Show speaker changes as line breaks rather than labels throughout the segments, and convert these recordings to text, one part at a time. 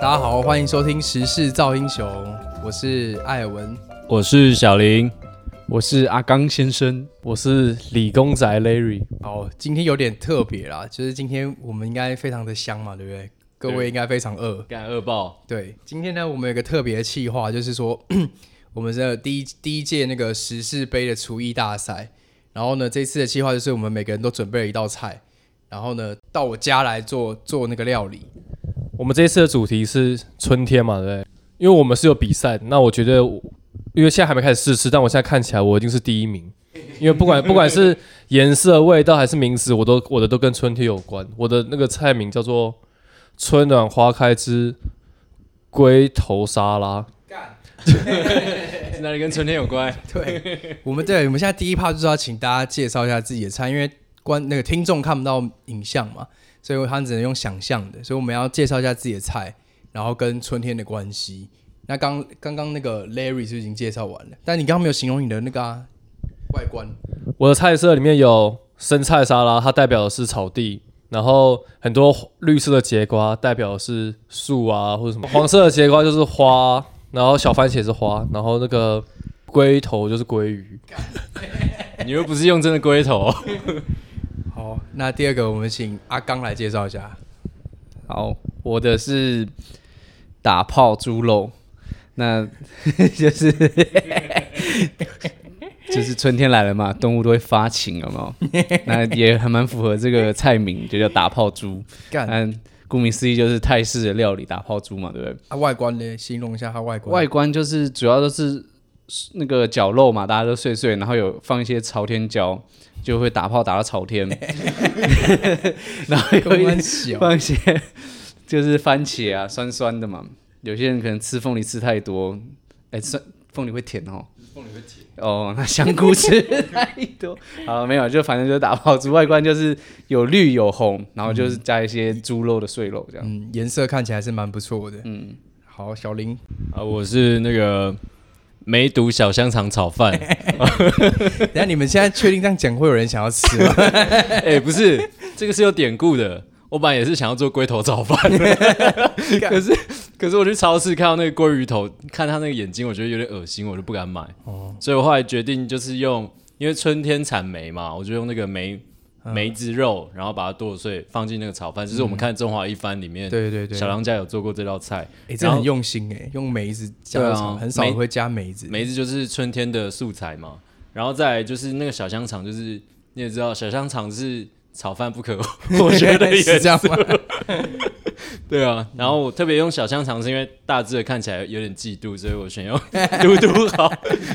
大家好，欢迎收听《时事造英雄》，我是艾尔文。
我是小林，
我是阿刚先生，我是理工仔 Larry。
好，今天有点特别啦，就是今天我们应该非常的香嘛，对不对？各位应该非常饿。
敢恶爆，
对，今天呢，我们有个特别的企划，就是说 我们的第一第一届那个时事杯的厨艺大赛。然后呢，这次的计划就是我们每个人都准备了一道菜，然后呢，到我家来做做那个料理。
我们这一次的主题是春天嘛，对不对？因为我们是有比赛，那我觉得我，因为现在还没开始试吃，但我现在看起来我一定是第一名，因为不管不管是颜色、味道还是名字，我都我的都跟春天有关。我的那个菜名叫做“春暖花开之龟头沙拉
哪里跟春天 有关？
对，我们对，我们现在第一趴就是要请大家介绍一下自己的菜，因为观那个听众看不到影像嘛，所以他只能用想象的，所以我们要介绍一下自己的菜，然后跟春天的关系。那刚刚刚那个 Larry 是不是已经介绍完了？但你刚刚没有形容你的那个、啊、外观，”。
我的菜色里面有生菜沙拉，它代表的是草地。然后很多绿色的节瓜代表的是树啊，或者什么黄色的节瓜就是花，然后小番茄是花，然后那个龟头就是鲑鱼。
你又不是用真的龟头，
好，那第二个我们请阿刚来介绍一下。
好，我的是打泡猪肉，那 就是 就是春天来了嘛，动物都会发情，有没有？那也还蛮符合这个菜名，就叫打泡猪。
干
嗯，顾名思义就是泰式的料理，打泡猪嘛，对不对？
啊，外观呢？形容一下它外观。
外观就是主要都是那个绞肉嘛，大家都碎碎，然后有放一些朝天椒，就会打泡打到朝 天，然后 有一
观
点
小，
放一些就是番茄啊，酸酸的嘛。有些人可能吃凤梨吃太多，哎、酸凤梨会甜哦。凤梨会甜哦，那香菇吃太多 好，没有，就反正就打泡猪，外观就是有绿有红，然后就是加一些猪肉的碎肉这样。
嗯，颜色看起来还是蛮不错的。嗯，好，小林，
啊，我是那个梅毒小香肠 炒饭。
等一下你们现在确定这样讲会有人想要吃吗？
哎、不是，这个是有典故的。我本来也是想要做龟头 炒饭，可是可是我去超市看到那个鲑鱼头，看他那个眼睛，我觉得有点恶心，我就不敢买。哦，所以我后来决定就是用，因为春天产梅嘛，我就用那个梅
嗯
梅子肉，然后把它剁碎放进那个炒饭。就是我们看《中华一番》里面，
对对对
小郎家有做过这道菜。
哎、这
然后
很用心哎、用梅子加
对啊
草很少
梅
会加梅子。
梅子就是春天的素材嘛，然后再来就是那个小香肠，就是你也知道，小香肠是炒饭不可 或缺的
是
元
这样
素
吗？
对啊，然后我特别用小香肠是因为大致的看起来有点嫉妒，所以我选用嘟嘟好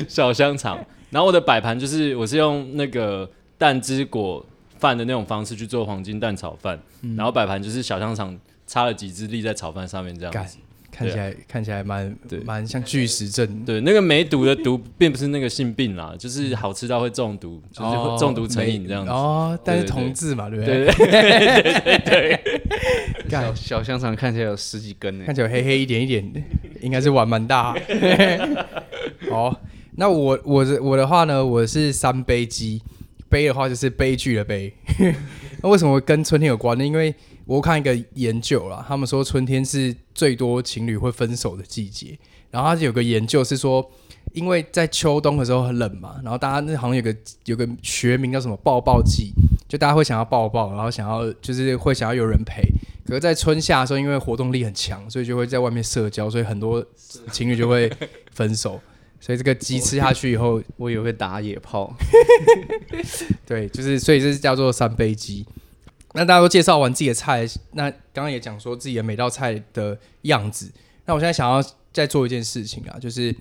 小香肠。然后我的摆盘就是我是用那个蛋汁果饭的那种方式去做黄金蛋炒饭，然后摆盘就是小香肠插了几只粒在炒饭上面这样
干
子。
看起来看起来蛮
啊对
蛮像巨石阵，
对，那个梅毒的毒并不是那个性病啦，就是好吃到会中毒，就是会中毒成瘾这样子。
哦，但是
对对对
同志嘛，对不
对
对？
对对，
干
小小香肠看起来有十几根呢、欸
看起来黑黑一点一点的，应该是玩蛮大。 好，那我我的我的话呢，我是三杯鸡，杯的话就是悲剧的悲。 那为什么跟春天有关呢？因为我看一个研究啦，他们说春天是最多情侣会分手的季节。然后它有个研究是说，因为在秋冬的时候很冷嘛，然后大家那好像有个有个学名叫什么抱抱季，就大家会想要抱抱，然后想要就是会想要有人陪。可是，在春夏的时候，因为活动力很强，所以就会在外面社交，所以很多情侣就会分手。所以这个鸡吃下去以后，
我以为会打野炮，
对，就是所以这是叫做三杯鸡。那大家都介绍完自己的菜，那刚刚也讲说自己的每道菜的样子。那我现在想要再做一件事情啊，就是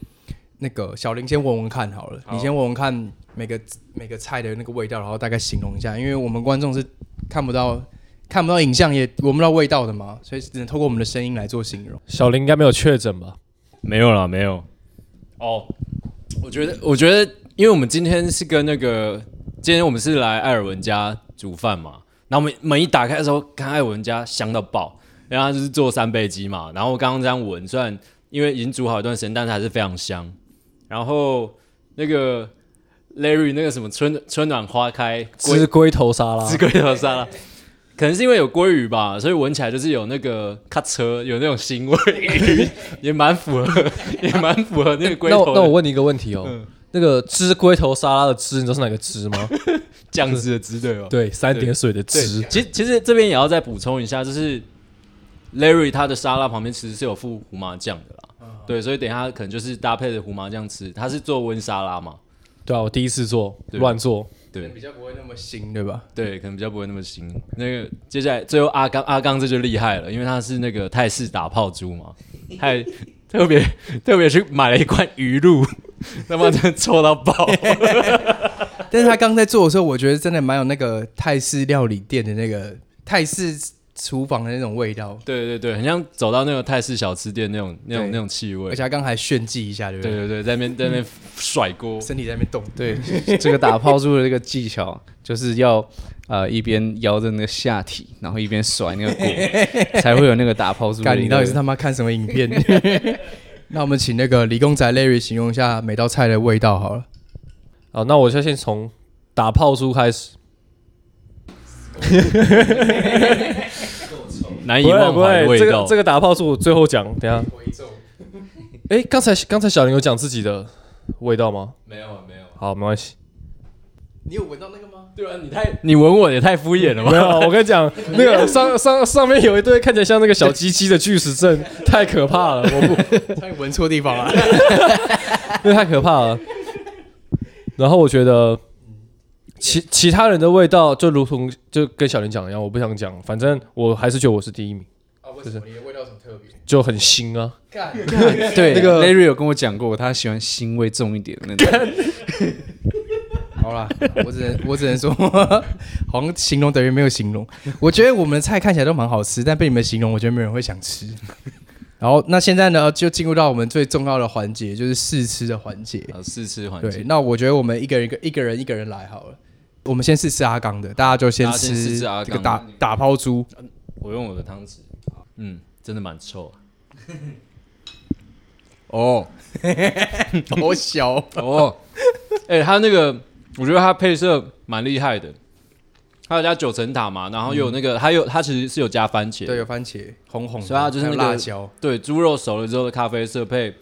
那个小林先闻闻看好了，
好
你先闻闻看每个每个菜的那个味道，然后大概形容一下，因为我们观众是看不到看不到影像，也闻不到味道的嘛，所以只能透过我们的声音来做形容。
小林应该没有确诊吧？
没有啦，没有。哦，我觉得，我觉得，因为我们今天是跟那个，今天我们是来艾尔文家煮饭嘛，然后我们门一打开的时候，看艾尔文家香到爆，然后他就是做三杯鸡嘛，然后我刚刚这样闻，虽然因为已经煮好一段时间，但是还是非常香。然后那个 Larry 那个什么春春暖花开，
吃龟头沙拉，
吃龟头沙拉，可能是因为有鲑鱼吧，所以闻起来就是有那个咔车，有那种腥味，鱼也蛮符合，也蛮符合那个龟
那我
头
那我
的
问你一个问题哦，那个汁龟头沙拉的汁，你知道是哪个汁 吗？
酱汁的汁对吧？
对，三点水的
对，
汁。
其实其实这边也要再补充一下，就是 Larry 他的沙拉旁边其实是有附胡麻酱的啦。对，所以等一下可能就是搭配着胡麻酱吃，他是做温沙拉嘛，
对啊，我第一次做，
对
乱做。
对
比较不会那么腥，对吧？
对，可能比较不会那么腥。那个接下来最后阿刚阿刚这就厉害了，因为他是那个泰式打泡猪 嘛，他也特别特别去买了一罐鱼露，他妈真的臭 到爆，
但是他刚在做的时候，我觉得真的蛮有那个泰式料理店的那个泰式厨房的那种味道，
对对对，很像走到那种泰式小吃店那种那种
对
那种气味
而，且他刚还炫技一下，对不
对
对？
对对，在那边在那边甩锅，
身体在那边动，对，
这个打泡猪的这个技巧，就是要呃一边摇着那个下体，然后一边甩那个锅，才会有那个打泡猪的一
干
个。
你到底是他妈看什么影 片？那我们请那个理工仔 Larry 形容一下每道菜的味道好了。
好，那我就先从打泡猪开始。
难以忘怀的味
这
道
个。这个打泡猪我最后讲，等一下。哎，刚才刚才小林有讲自己的味道吗？
没有没有，
好，没关啊系。
你有闻到那个吗？
对啊，你太你吻我也太敷衍了
没
吧？
有，啊我跟你讲，那个上上上面有一堆看起来像那个小鸡鸡的巨石 阵，太可怕了，我不，
他闻错地方啊了。
那太可怕了。然后我觉得其其他人的味道就如同就跟小林讲一样，我不想讲，反正我还是觉得我是第一名，
啊，为什么你的味道很特别？
就很腥啊。
干，
对
那个
Larry 有跟我讲过，他喜欢腥味重一点的那种。
好啦，我只能我只能说，好像形容等于没有形容。我觉得我们的菜看起来都蛮好吃，但被你们形容，我觉得没有人会想吃。然后，那现在呢，就进入到我们最重要的环节，就是试吃的环节。
啊，试吃环
对，
节，
那我觉得我们一个人一个一个人一个人来好了。我们先试吃阿刚的，大家就先
大家先试
吃
吃阿
这个
刚
打打抛 猪。
我用我的汤匙，嗯，真的蛮 臭、啊。哦
好 小，
哦，哎、它那个我觉得它配色蛮厉害的，它有加九层塔嘛，然后
嗯
又有那个，还有它其实是有加番茄，
对，有番茄，红红的，
所以它就是
还有
那个
辣椒。
对，猪肉熟了之后的咖啡色配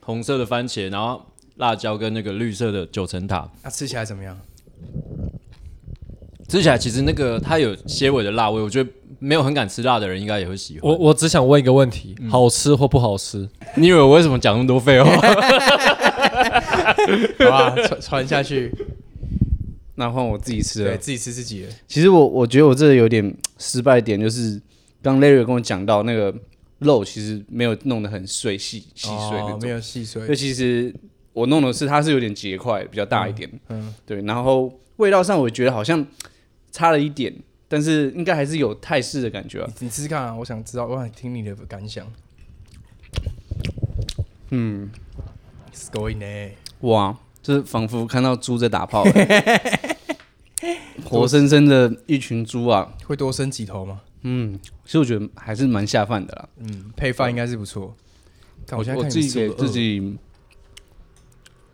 红色的番茄，然后辣椒跟那个绿色的九层塔，
那、吃起来怎么样？
吃起来其实那个它有些微的辣味，我觉得没有很敢吃辣的人应该也会喜欢。
我我只想问一个问题，好吃或不好吃？
你以为我为什么讲那么多废话？
好吧，传传下去，
那换我自己
啊
吃了
对。自己吃自己的。
其实我我觉得我这有点失败点，就是刚 Larry 有跟我讲到那个肉其实没有弄得很碎细细碎那
哦没
种，
有细碎
就。其实我弄的是它是有点结块，比较大一点，嗯，对，然后味道上我觉得好像差了一点，但是应该还是有泰式的感觉啊，
你你试试看啊，我想知道，我想听你的感想。嗯，It's going 呢？
哇，就是仿佛看到猪在打炮、欸， 活生生的一群猪啊，
会多生几头吗？
嗯，其实我觉得还是蛮下饭的啦，
嗯，配饭应该是不错。看我现在
我
看
自己给自己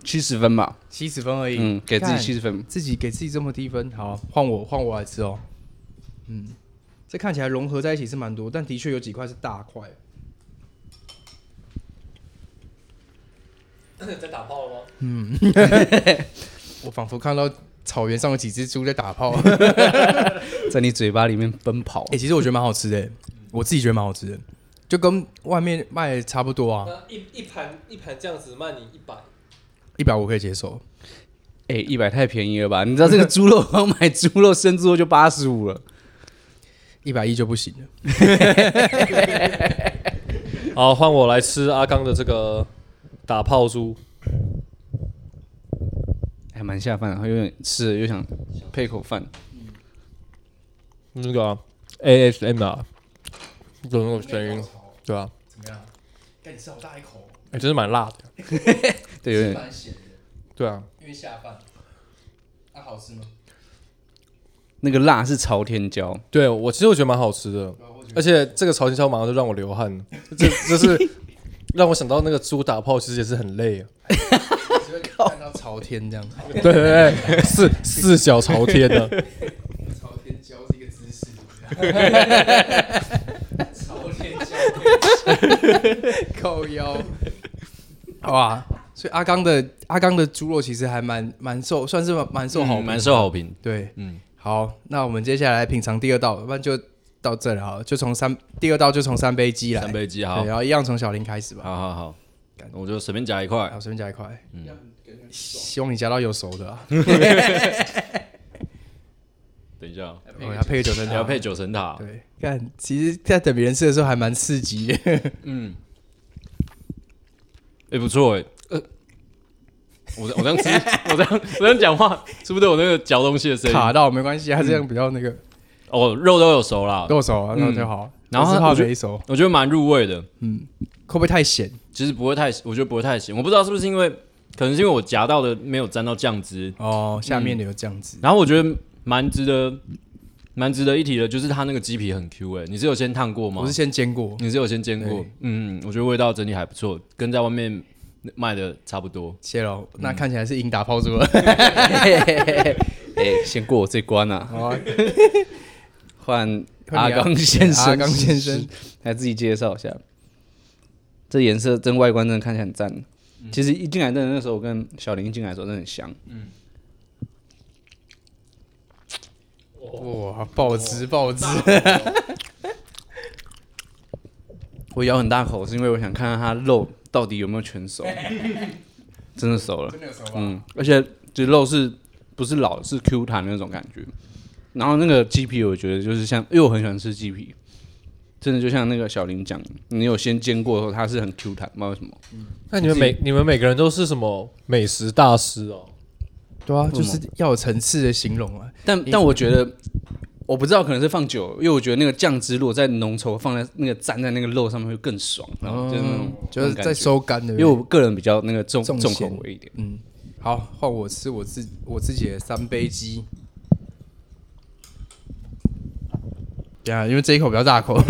七十分吧。
七十分而已，
嗯，给自己
看
七十分。
自己给自己这么低分，好，换我换我来吃哦。嗯，这看起来融合在一起是蛮多，但的确有几块是大块。
在打炮吗？
嗯 我仿佛看到草原上有几只猪在打炮。
在你嘴巴里面奔跑
哎、。其实我觉得蛮好吃的，我自己觉得蛮好吃的，就跟外面卖的差不多啊。
一一盘一盘这样子卖你一百，
一百我可以接受，
哎、一百太便宜了吧？你知道这个猪肉， 我买猪肉生猪肉就八十五了。
一百一就不行了。
好，换我来吃阿刚的这个打泡猪。
还蛮下饭的，然后有点吃了又想配口饭，
那个啊 ASMR 有那种声音，对啊，
怎么样？看你吃好大一口，
哎、真是蛮辣的，
对，有点
蛮咸的，
对啊，
因为下饭。那、好吃吗？
那个辣是朝 天椒，
对我其实我啊觉得蛮好吃的，而且这个朝天椒马上就让我流汗了，这这 是让我想到那个猪打炮其实也是很累啊，
只会看到朝天 这样，
对对对，四四脚朝天的，啊
朝天椒是一个姿势。口 油。哇，所以阿刚的阿刚的猪肉其实还蛮蛮受，算是蛮蛮受好、
嗯蛮受好评。
啊
对，
嗯，
好，那我们接下来品尝第二道，不然就到这了好了，就从三第二道就从三杯鸡来，
三杯鸡，好
对，，然后一样从小林开始吧。
好好好，我就随便夹一块
好，。随便夹一块，
嗯
希望你夹到有熟的、 啊，
等一下哦，
我要配个九层
你
塔
要。配九层塔，
对，看，其实，在等别人吃的时候还蛮刺 激的。
哎，不错哎，呃，我我这样吃， 我这样我这样讲话，是不是都有那个嚼东西的声音？
卡到没关系，它这
嗯
样比较那个
哦，肉都有熟啦，
剁手啊，那
嗯
就好。
然后
我是
我
怕
觉得
没熟，
我觉得蛮入味的。
会不会太咸？
其实不会太，我觉得不会太咸。我不知道是不是因为，可能是因为我夹到的没有沾到酱汁，
哦，下面的有酱汁，
然后我觉得蛮值得，蛮值得一提的，就是它那个鸡皮很 Q 哎、你是有先烫过
嗯
吗？
我是先煎过，
你是有先煎过
对，
嗯，我觉得味道整体还不错，跟在外面卖的差不多。
谢喽。
嗯
那看起来是赢打抛 猪了。
哎，先过我这关啊，
好啊，
换
换
阿
你啊
刚先生，
阿刚先生，
来自己介绍一下。这颜色真外观真的看起来很赞。
嗯
其实一进来真的那时候，我跟小林一进来的时候真的很香，
哇，爆汁爆汁，
我咬很大口是因为我想看看它肉到底有没有全 熟，真的熟了，
真的有熟吧？
嗯，而且这肉是不是老是 Q 弹的那种感觉。然后那个鸡皮，我觉得就是像，因为我很喜欢吃鸡皮，真的就像那个小林讲，你有先煎过的时候，它是很 Q 弹，不知道为什么。
那你们每你们每个人都是什么美食大师哦？
对啊，就是要有层次的形容啊。
但但我觉得，我不知道可能是放久了，因为我觉得那个酱汁如果再浓稠，放在那个蘸在那个肉上面会更爽，然后嗯就是那种
哦嗯就是
那种感
在
觉
收干的，
因为我个人比较那个重
重
重
咸
口味一点，
嗯，好，换我吃我自我自己的三杯鸡。对啊，因为这一口比较大 口，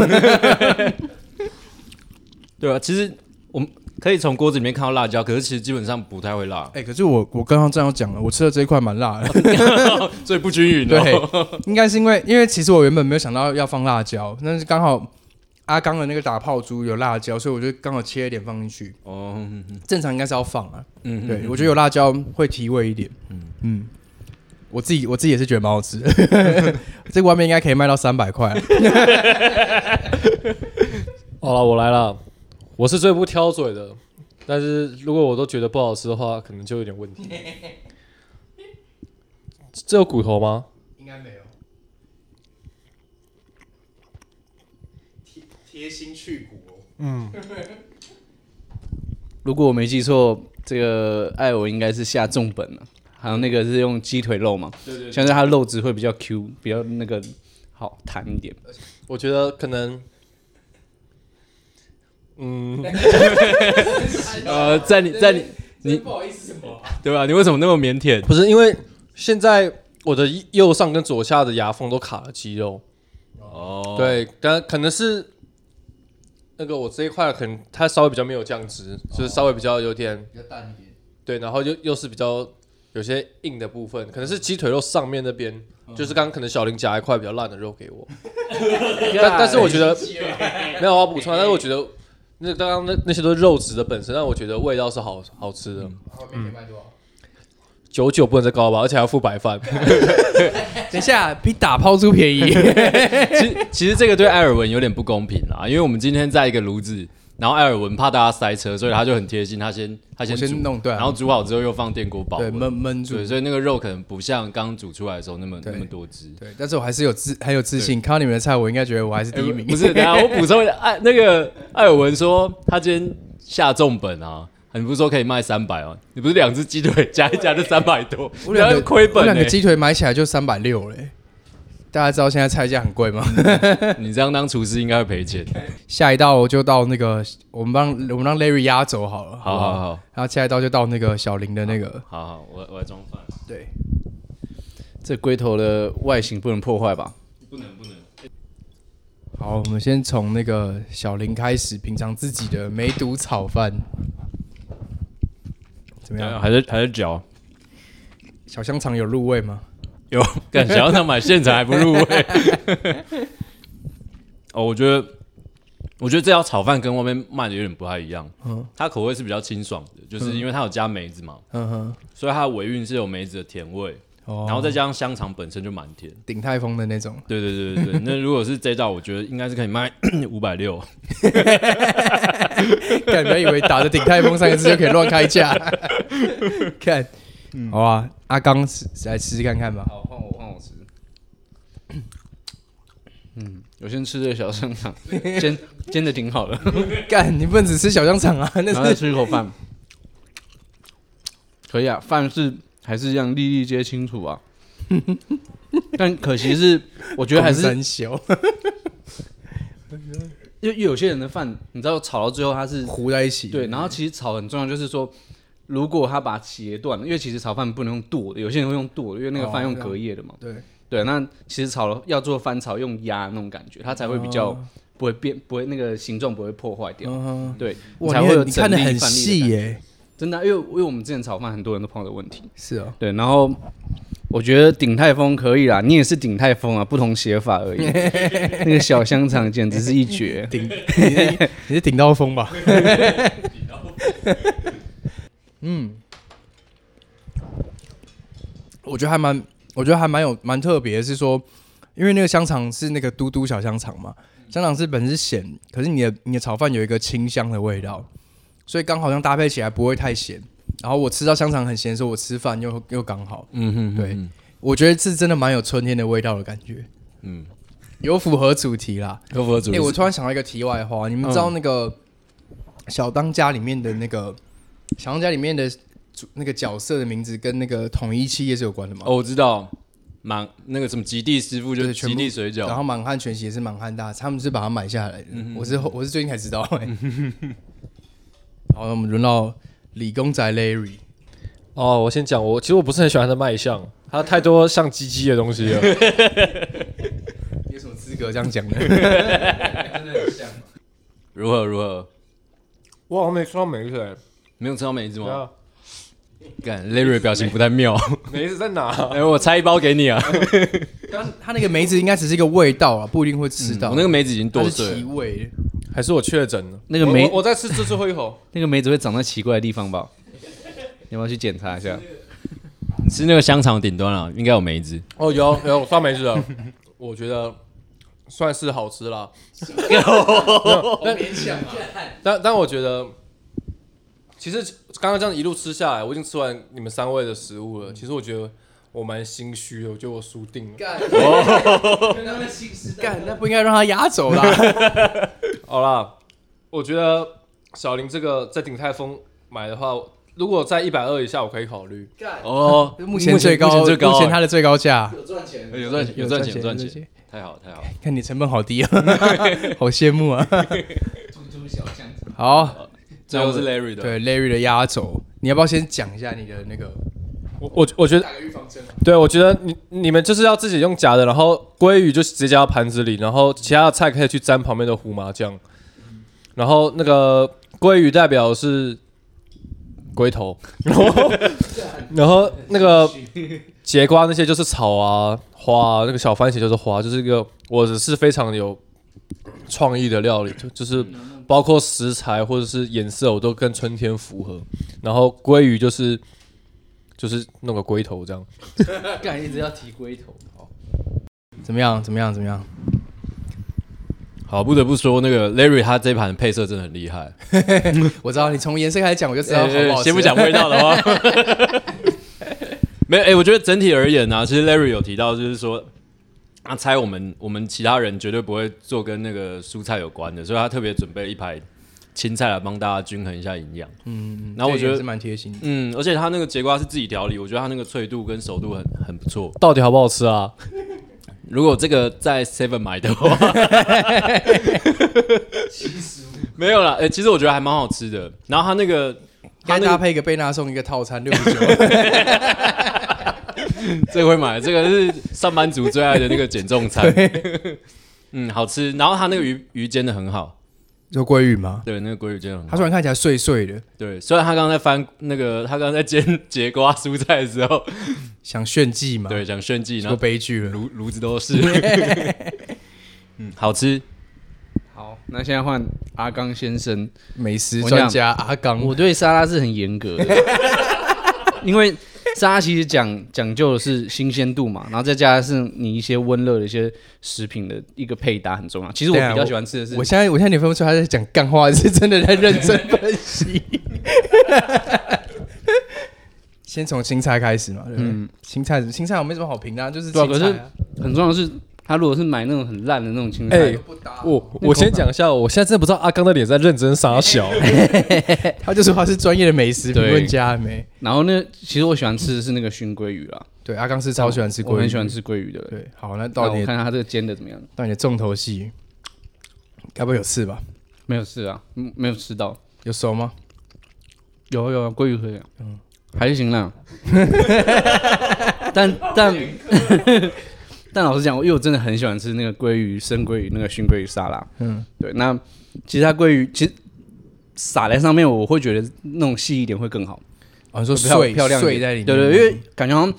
对啊，其实我们可以从锅子里面看到辣椒，可是其实基本上不太会辣，
哎、可是我我刚刚这样讲了，我吃的这一块蛮辣的，
所以不均 匀、
对
哦。，
应该是因为因为其实我原本没有想到要放辣椒，但是刚好阿刚的那个打泡猪有辣椒，所以我就刚好切一点放进去，
对，哦，
正常应该是要放啊，
嗯，
对，我觉得有辣椒会提味一点，嗯我自己我自己也是觉得蛮好吃的， 这个外面应该可以卖到三百块啊，
好了，我来了，我是最不挑嘴的，但是如果我都觉得不好吃的话，可能就有点问 题。这有骨头吗？
应该没有。贴贴心去骨、哦，
如果我没记错，这个艾我应该是下重本了，还有那个是用鸡腿肉嘛，
对对对，
像是它肉质会比较 Q，比较那个好弹一点。
我觉得可能，嗯，
呃，在你在你
你不好意思什么、啊？
对吧、你为什么那么腼腆？
不是因为现在我的右上跟左下的牙缝都卡了肌肉，
哦，
对，但可能是那个我这一块可能它稍微比较没有酱汁，就是稍微比较有点
哦
比较淡一点，
对，然后又又是比较有些硬的部分，可能是鸡腿肉上面那边，就是刚刚可能小林夹一块比较烂的肉给我，但但是我觉得没有我要补充，啊但是我觉得那刚刚那那些都是肉质的本身，但我觉得味道是好好吃的，
外面可以卖多少？
九九不能再高吧，而且还要付白饭，
等一下，比打抛猪 便宜。
其实其实这个对艾尔文有点不公平啊啦，因为我们今天在一个炉子，然后艾尔文怕大家塞车，所以他就很贴心，他先
我
他先
先
煮，
弄对啊
然后煮好之后又放电锅保
对，
温，
闷闷住
对，。所以那个肉可能不像刚煮出来的时候那么
对
那么多汁。
对，但是我还是有自很有自信。看到你们的菜，我应该觉得我还是第一
哎
名。
不是，等一下我补充一下，艾那个艾尔文说他今天下重本啊。你不是说可以卖三百哦？你不是两只鸡腿加一加就三百多，
我
然
两
后
个
亏
我
本、
两个
欸。
鸡腿买起来就三百六嘞。大家知道现在菜价很 贵吗？
你这样当厨师应该会赔钱。
下一道就到那个，我们帮我们让 Larry 压轴好了。
好
不
好好
然后下一道就到那个小林的那个，
好好，我我来装饭。
对，
这龟头的外形不能破坏吧？
好，我们先从那个小林开始品尝自己的梅毒炒饭，怎么样？
还是还是嚼。
小香肠有入味吗？
有，敢想要他买现成还不入味。 哦，我觉得，我觉得这道炒饭跟外面卖的有点不太一样。嗯，它口味是比较清爽的，就是因为它有加梅子嘛，
嗯哼，
所以它的尾韵是有梅子的甜味，
哦
然后再加上香肠本身就蛮甜。
顶泰丰的那种，
对对对对 对，那如果是这道，我觉得应该是可以卖 五百六。
干不要以为打着顶泰丰三个字就可以乱开 价，看，
嗯
好啊，阿刚吃来吃看看吧，
好，换我换我吃。嗯，我先吃这个小香 肠，煎煎的挺 好的，
干，你不能只吃小香肠 啊，那
然后再
是
吃一口饭，可以啊，饭是还是一样粒粒皆清楚 啊。但可惜是，我觉得还是
很小，
因为有些人的饭，你知道炒到最后它是
糊在一起，
对，然后其实炒很重要，就是说，如果他把它截断，因为其实炒饭不能用剁的，有些人会用剁的，因为那个饭
哦
用
这样
隔夜的嘛。
对，
对，啊那其实炒了要做翻炒用压那种感觉，它才会比较
哦
不会变，不会那个形状不会破坏掉。
嗯哼，
对，
哇，
才
你
会有
很你看
的
的很细，耶，
真的啊、因为因为我们之前炒饭很多人都碰到这个问题。
是哦，
对，然后我觉得鼎泰丰可以啦，你也是鼎泰丰啊，不同写法 而已。那个小香肠简直是一绝。
顶，你是你是顶到风吧？ 嗯，我觉得还蛮，我觉得还蛮有蛮特别，是说，因为那个香肠是那个嘟嘟小香肠嘛，香肠是本身是咸，可是你的你的炒饭有一个清香的味道，所以刚好像搭配起来不会太咸。然后我吃到香肠很咸的时候，我吃饭又又刚好，
嗯哼
对，我觉得是真的蛮有春天的味道的感觉，
嗯，
有符合主题啦。
克服了主
哎、我突然想到一个题外话，你们
嗯
知道那个小当家里面的那个小当家里面的主那个角色的名字跟那个统一企业是有关的吗？
哦，我知道，满那个什么极地师傅就是
对全
极
部
地水
然
饺，
后满汉全席也是满汉大，他们是把它买下来的。
嗯
我是后我是最近才 知道、欸。好，那我们轮到理工仔 Larry，
哦，我先讲，我其实我不是很喜欢他的卖相，他太多像鸡鸡的东西了。
你有什么资格这样讲呢？ 真的很像。
如何如何？
我好像没吃到梅子、欸，
没有吃到梅子
对
吗？
啊，
干，Larry 的表情不太 妙。
梅子在哪、
哎，我拆一包给 你啊！
他他那个梅子应该只是一个味道啊，不一定会吃到。
嗯我那个梅子已经
它
剁
是
碎
奇
了。
味，
还是我确诊了？
那个梅
我我我再吃这最后一口，
那个梅子会长在奇怪的地方吧？你要不要去检查一下？
你吃那个香肠顶端啊，应该有梅子。
哦，有有酸梅子了， 我觉得算是好吃啦。但
勉强啊。
但但我觉得，其实刚刚这样一路吃下来，我已经吃完你们三位的食物了。其实我觉得我蛮心虚的，我觉得我输定了。
干，
哦
干，那不应该让他压走啦。
好啦，我觉得小林这个在鼎泰丰买的话，如果在一百二以下，我可以考虑。
哦，
目前最高，
目前最高，
目前它的最高价，
哎有赚钱，有赚钱，有赚钱，
钱。
太好了太好了。
看你成本好低啊， 好羡慕啊。好，
最后是 Larry 的，
对 Larry 的压轴，你要不要先讲一下你的那个？
我我我觉得
打个预防针。啊
对，我觉得你你们就是要自己用夹的，然后鲑鱼就直接夹到盘子里，然后其他的菜可以去沾旁边的胡麻酱，然后那个鲑鱼代表是龟头， 然后然后那个节瓜那些就是草啊花啊那个小番茄就是花，就是一个我只是非常有创意的料理，就就是包括食材或者是颜色我都跟春天符合，然后鲑鱼就是就是弄个龟头这样。
干一直要提龟头，
怎么样？怎么样？怎么样？
好，不得不说那个 Larry 他这盘配色真的很厉害。
我知道你从颜色开始讲，我 就知道好不好吃。
先不讲味道的话， 没有哎、我觉得整体而言呢、啊，其实 Larry 有提到，就是说，他猜我们我们其他人绝对不会做跟那个蔬菜有关的，所以他特别准备了一排青菜来帮大家均衡一下营养。
嗯，嗯，
然后我觉得
这也是蛮贴心的。
嗯，而且他那个节瓜是自己调理，我觉得他那个脆度跟熟度很很不错。
到底好不好吃啊？
如果这个在 Seven 买的 话，没有啦，哎、其实我觉得还蛮好吃的。然后他那个他
该
那
搭
个
配一个贝纳颂一个套餐六十 九，
这个会买，这个是上班族最爱的那个减重餐。 嗯，好吃。然后它那个鱼鱼煎的很好，
就鲑鱼吗？
对，那个鲑鱼煎的很
它
好。
虽然看起来碎碎的，
对，虽然他刚刚在翻那个，他刚刚在煎节瓜蔬菜的时候，
想炫技嘛，
对， 讲炫技，
结
然
果
后
悲剧了。
炉炉子都是。嗯，好吃。
那现在换阿刚先生，
美食
我跟你
专
讲
家阿刚，
我对沙拉是很严格 的，因为沙拉其实讲讲究的是新鲜度嘛，然后再加上你一些温热的一些食品的一个配搭很重要。其实我
对啊
比较喜欢吃的是
我现在我现在你分不出他在讲干话，还 是真的在认真分析。 先从青菜开始嘛，对不对？青菜青菜我没什么好评的啊，就是
嗯对啊
青菜啊
很重要的是，他如果是买那种很烂的那种青菜，
哎
不搭
我我先讲一下，哦我现在真的不知道阿刚的脸在认真傻 笑。
他就说他是专业的美食评
对
论家，没
然后呢，其实我喜欢吃的是那个熏鲑鱼啦，
对阿刚是超喜欢吃
我
鲑
很
鱼
喜，欢吃鲑鱼的人。
对，好，那
那
到
我
你的
看它这个煎的怎么样？
到你的重头戏，该不会有刺吧？
没有吃啊，嗯没有吃到。
有熟吗？
有有鲑鱼可以，嗯，还 行啦。但但 但老实讲，因为我真的很喜欢吃那个鲑鱼生鲑鱼那个熏鲑鱼沙拉，嗯，对。那其实它鲑鱼其实撒在上面，我会觉得那种细一点会更好。
哦，你说
比较
碎
漂亮一点
碎在里面，
对对，因为感觉好像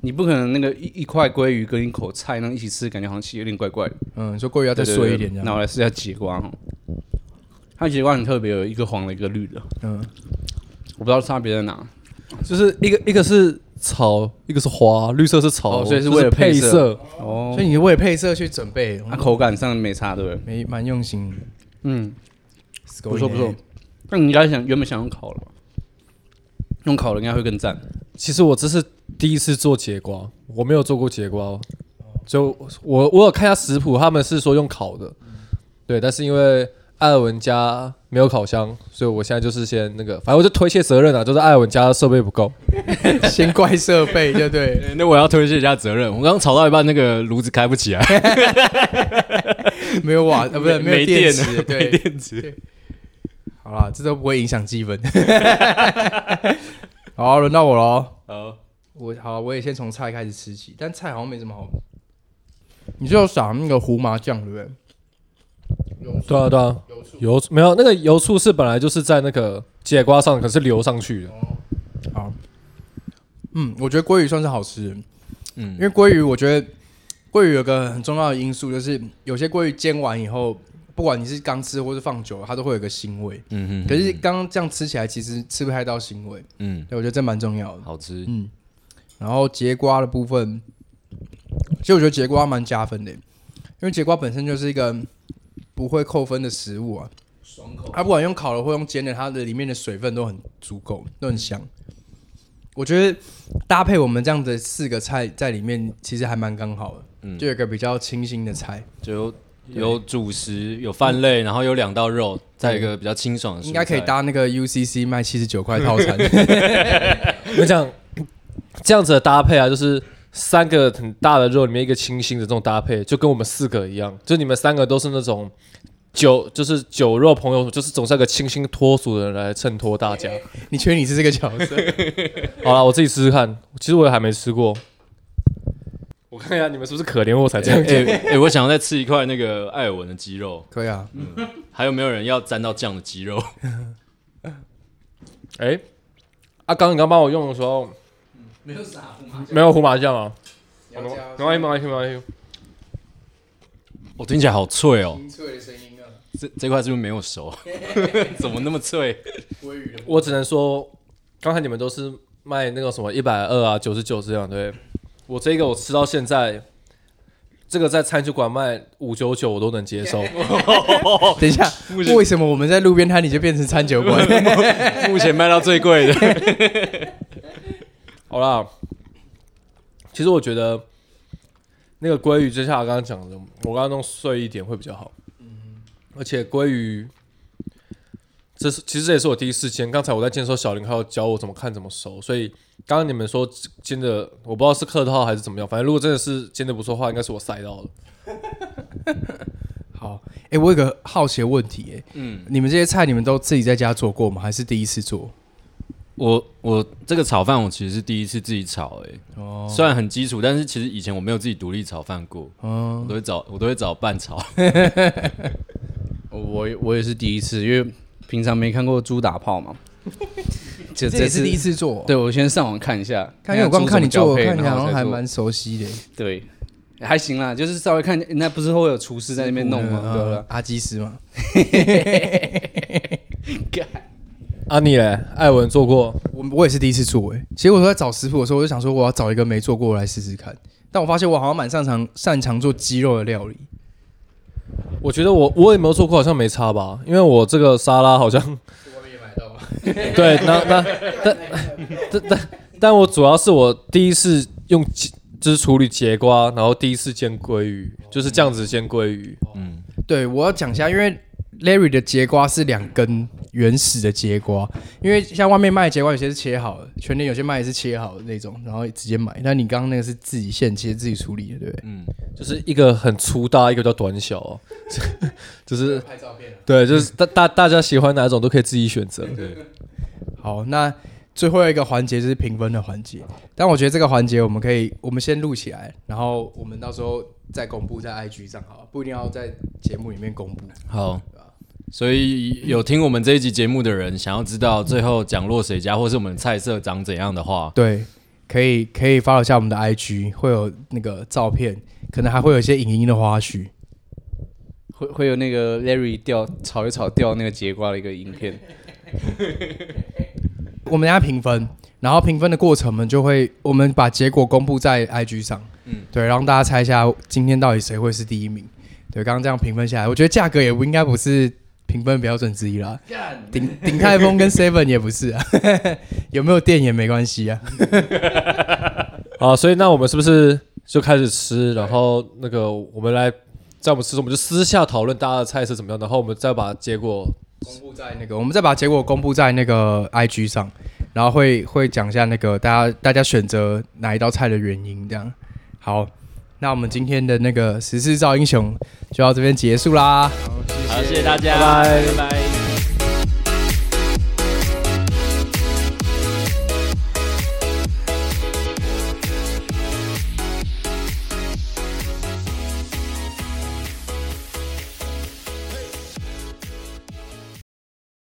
你不可能那个一一块鲑鱼跟一口菜那样一起吃，感觉好像其实有点怪怪的。
嗯，你说鲑鱼要再
对对
碎
对
一点这
那
样，
我来试一下节瓜哈，它节瓜很特别，有一个黄的，一个绿的，
嗯，
我不知道差别在哪。
就是一个一个是草，一个是花，绿色是草，
哦所以是
就是
为了
配
配色
色。
哦
所以你为配色去准备，嗯
它啊口感上没差，对不对？
没蛮用心，
嗯，不错不错。那你应该想原本想用烤的吧？用烤的应该会更赞。
其实我这是第一次做节瓜，我没有做过节瓜，就我我有看一下食谱，他们是说用烤的，对，但是因为艾尔文家没有烤箱，所以我现在就是先那个，反正我就推卸责任啊，就是艾尔文家的设备不够。
先怪设备，对不对？
那我要推卸一下责任，我刚刚吵到一半，那个炉子开不起来，
没有瓦，呃，不是没有
没
电
电
池，
了，没
对。
电池。
好啦，这都不会影响积分。 好，轮到我喽。
好，
我好，我也先从菜开始吃起，但菜好像没什么好。你就撒那个胡麻酱，对不对？
对啊对啊，油没有那个油醋是本来就是在那个节瓜上，可是流上去
哦
的。
好。嗯，我觉得鲑鱼算是好吃的，
嗯
因，为鲑鱼，我觉得鲑鱼有个很重要的因素，就是有些鲑鱼煎完以后，不管你是刚吃或是放久了，它都会有个腥味。
嗯
可是刚刚这样吃起来，其实吃不太到腥味。
嗯，
对，我觉得这蛮重要的。
好吃，
嗯，然后节瓜的部分，其实我觉得节瓜蛮加分的，因为节瓜本身就是一个不会扣分的食物啊。它、不管用烤的或用煎的，它的里面的水分都很足够，都很香。我觉得搭配我们这样的四个菜在里面，其实还蛮刚好的，
嗯
就有一个比较清新的菜，
就有主食，有饭类，然后有两道肉，再一个比较清爽的蔬菜，
应该可以搭那个 UCC 卖七十九块套 餐。
我跟你讲，这样子的搭配啊，就是三个很大的肉里面一个清新的这种搭配，就跟我们四个一样，就你们三个都是那种酒，就是酒肉朋友，就是总是要有个清新脱俗的人来衬托 大家。
你确定你是这个角 色？
好了，我自己试试看，其实我也还没吃过。我看一下你们是不是可怜我才这样
哎。
讲。
哎、哎我想要再吃一块那个艾尔文的鸡肉，
可以啊，
还有没有人要沾到酱的鸡肉？
哎、阿刚，你刚帮我用的时候
嗯没有撒胡麻酱，
没有胡麻酱啊？
要加
没关系，没关系，没关系。
我、听起来好脆哦，
清脆的声音啊，
这这块是不是没有 熟？怎么那么脆？
鲑鱼的
我只能说，刚才你们都是卖那个什么一百二啊、九十九这样，对我这个我吃到现在，这个在餐酒馆卖五九九我都能接受。
哦等一下，为什么我们在路边摊你就变成餐酒馆？
目前卖到最贵的，
好啦，其实我觉得那个鲑鱼，就像我刚刚讲的，我刚刚弄碎一点会比较好。而且鲑鱼，这是其实这也是我第一次煎。刚才我在煎的时候，小林还有教我怎么看怎么熟，所以刚刚你们说煎的，我不知道是客套还是怎么样，反正如果真的是煎的不错的话，应该是我塞到的。
好，哎、我有个好奇的问题、哎，嗯，你们这些菜你们都自己在家做过吗？还是第一次做？
我我这个炒饭我其实是第一次自己炒、哎、
哦，
虽然很基础，但是其实以前我没有自己独立炒饭过，我
哦
嗯，
都会找我都会找伴 炒。
我我也是第一次，因为平常没看过猪打炮 嘛，就
这也是第一。次做。，
对，我先上网看一下，
看因为我刚
猪
看你
怎么
做，
交配
看起来
然
好
后
像
才
还
做
蛮熟悉的、
对。还行啦，就是稍微看，那不是会有厨师在那边弄吗？对啊吧？
嗯阿基斯嘛，
啊你嘞，艾文做过，
我我也是第一次做诶、其实我在找食谱的时候，我就想说我要找一个没做过来试试看。但我发现我好像蛮擅长擅长做鸡肉的料理，
我觉得我我有没有做过好像没差吧，因为我这个沙拉好像对，那那但但但但我主要是我第一次用鸡就是处理节瓜，然后第一次煎鲑鱼，就是这样子煎鲑鱼。
嗯，
对，我要讲一下，因为 Larry 的节瓜是两根原始的节瓜，因为像外面卖的节瓜有些是切好的，全年有些卖的是切好的那种，然后直接买。但你刚刚那个是自己现切、自己处理的，对不对？
就是一个很粗大，一个比较短小、 哦，就是
拍照片、啊
对，就是大大大家喜欢哪种都可以自己选择。
对，
好，那最后一个环节就是评分的环节，但我觉得这个环节我们可以，我们先录起来，然后我们到时候再公布在 IG 上，好了，不一定要在节目里面公布。
好。所以有听我们这一集节目的人，想要知道最后奖落谁家，或是我们菜色长怎样的话，
对，可以可以 follow 一下我们的 IG，会有那个照片，可能还会有一些影音的花絮。
会会有那个 Larry 掉炒一炒掉那个节瓜的一个影片，
我们家评分，然后评分的过程我们就会，我们把结果公布在 IG 上，嗯，对，让大家猜一下今天到底谁会是第一名。对，刚刚这样评分下来，我觉得价格也不应该不是评分标准之一啦。鼎鼎泰丰跟 Seven 也不是啊， 有没有电也没关系啊。
好，所以那我们是不是就开始吃？然后那个我们来在我们吃的时候，我们就私下讨论大家的菜是怎么样，然后我们再把结果。
公布在那个，我们再把结果公布在那个 IG 上，然后会会讲一下那个大家大家选择哪一道菜的原因，这样。好，那我们今天的那个十四造英雄就到这边结束啦。
好，谢谢大家，拜拜。拜拜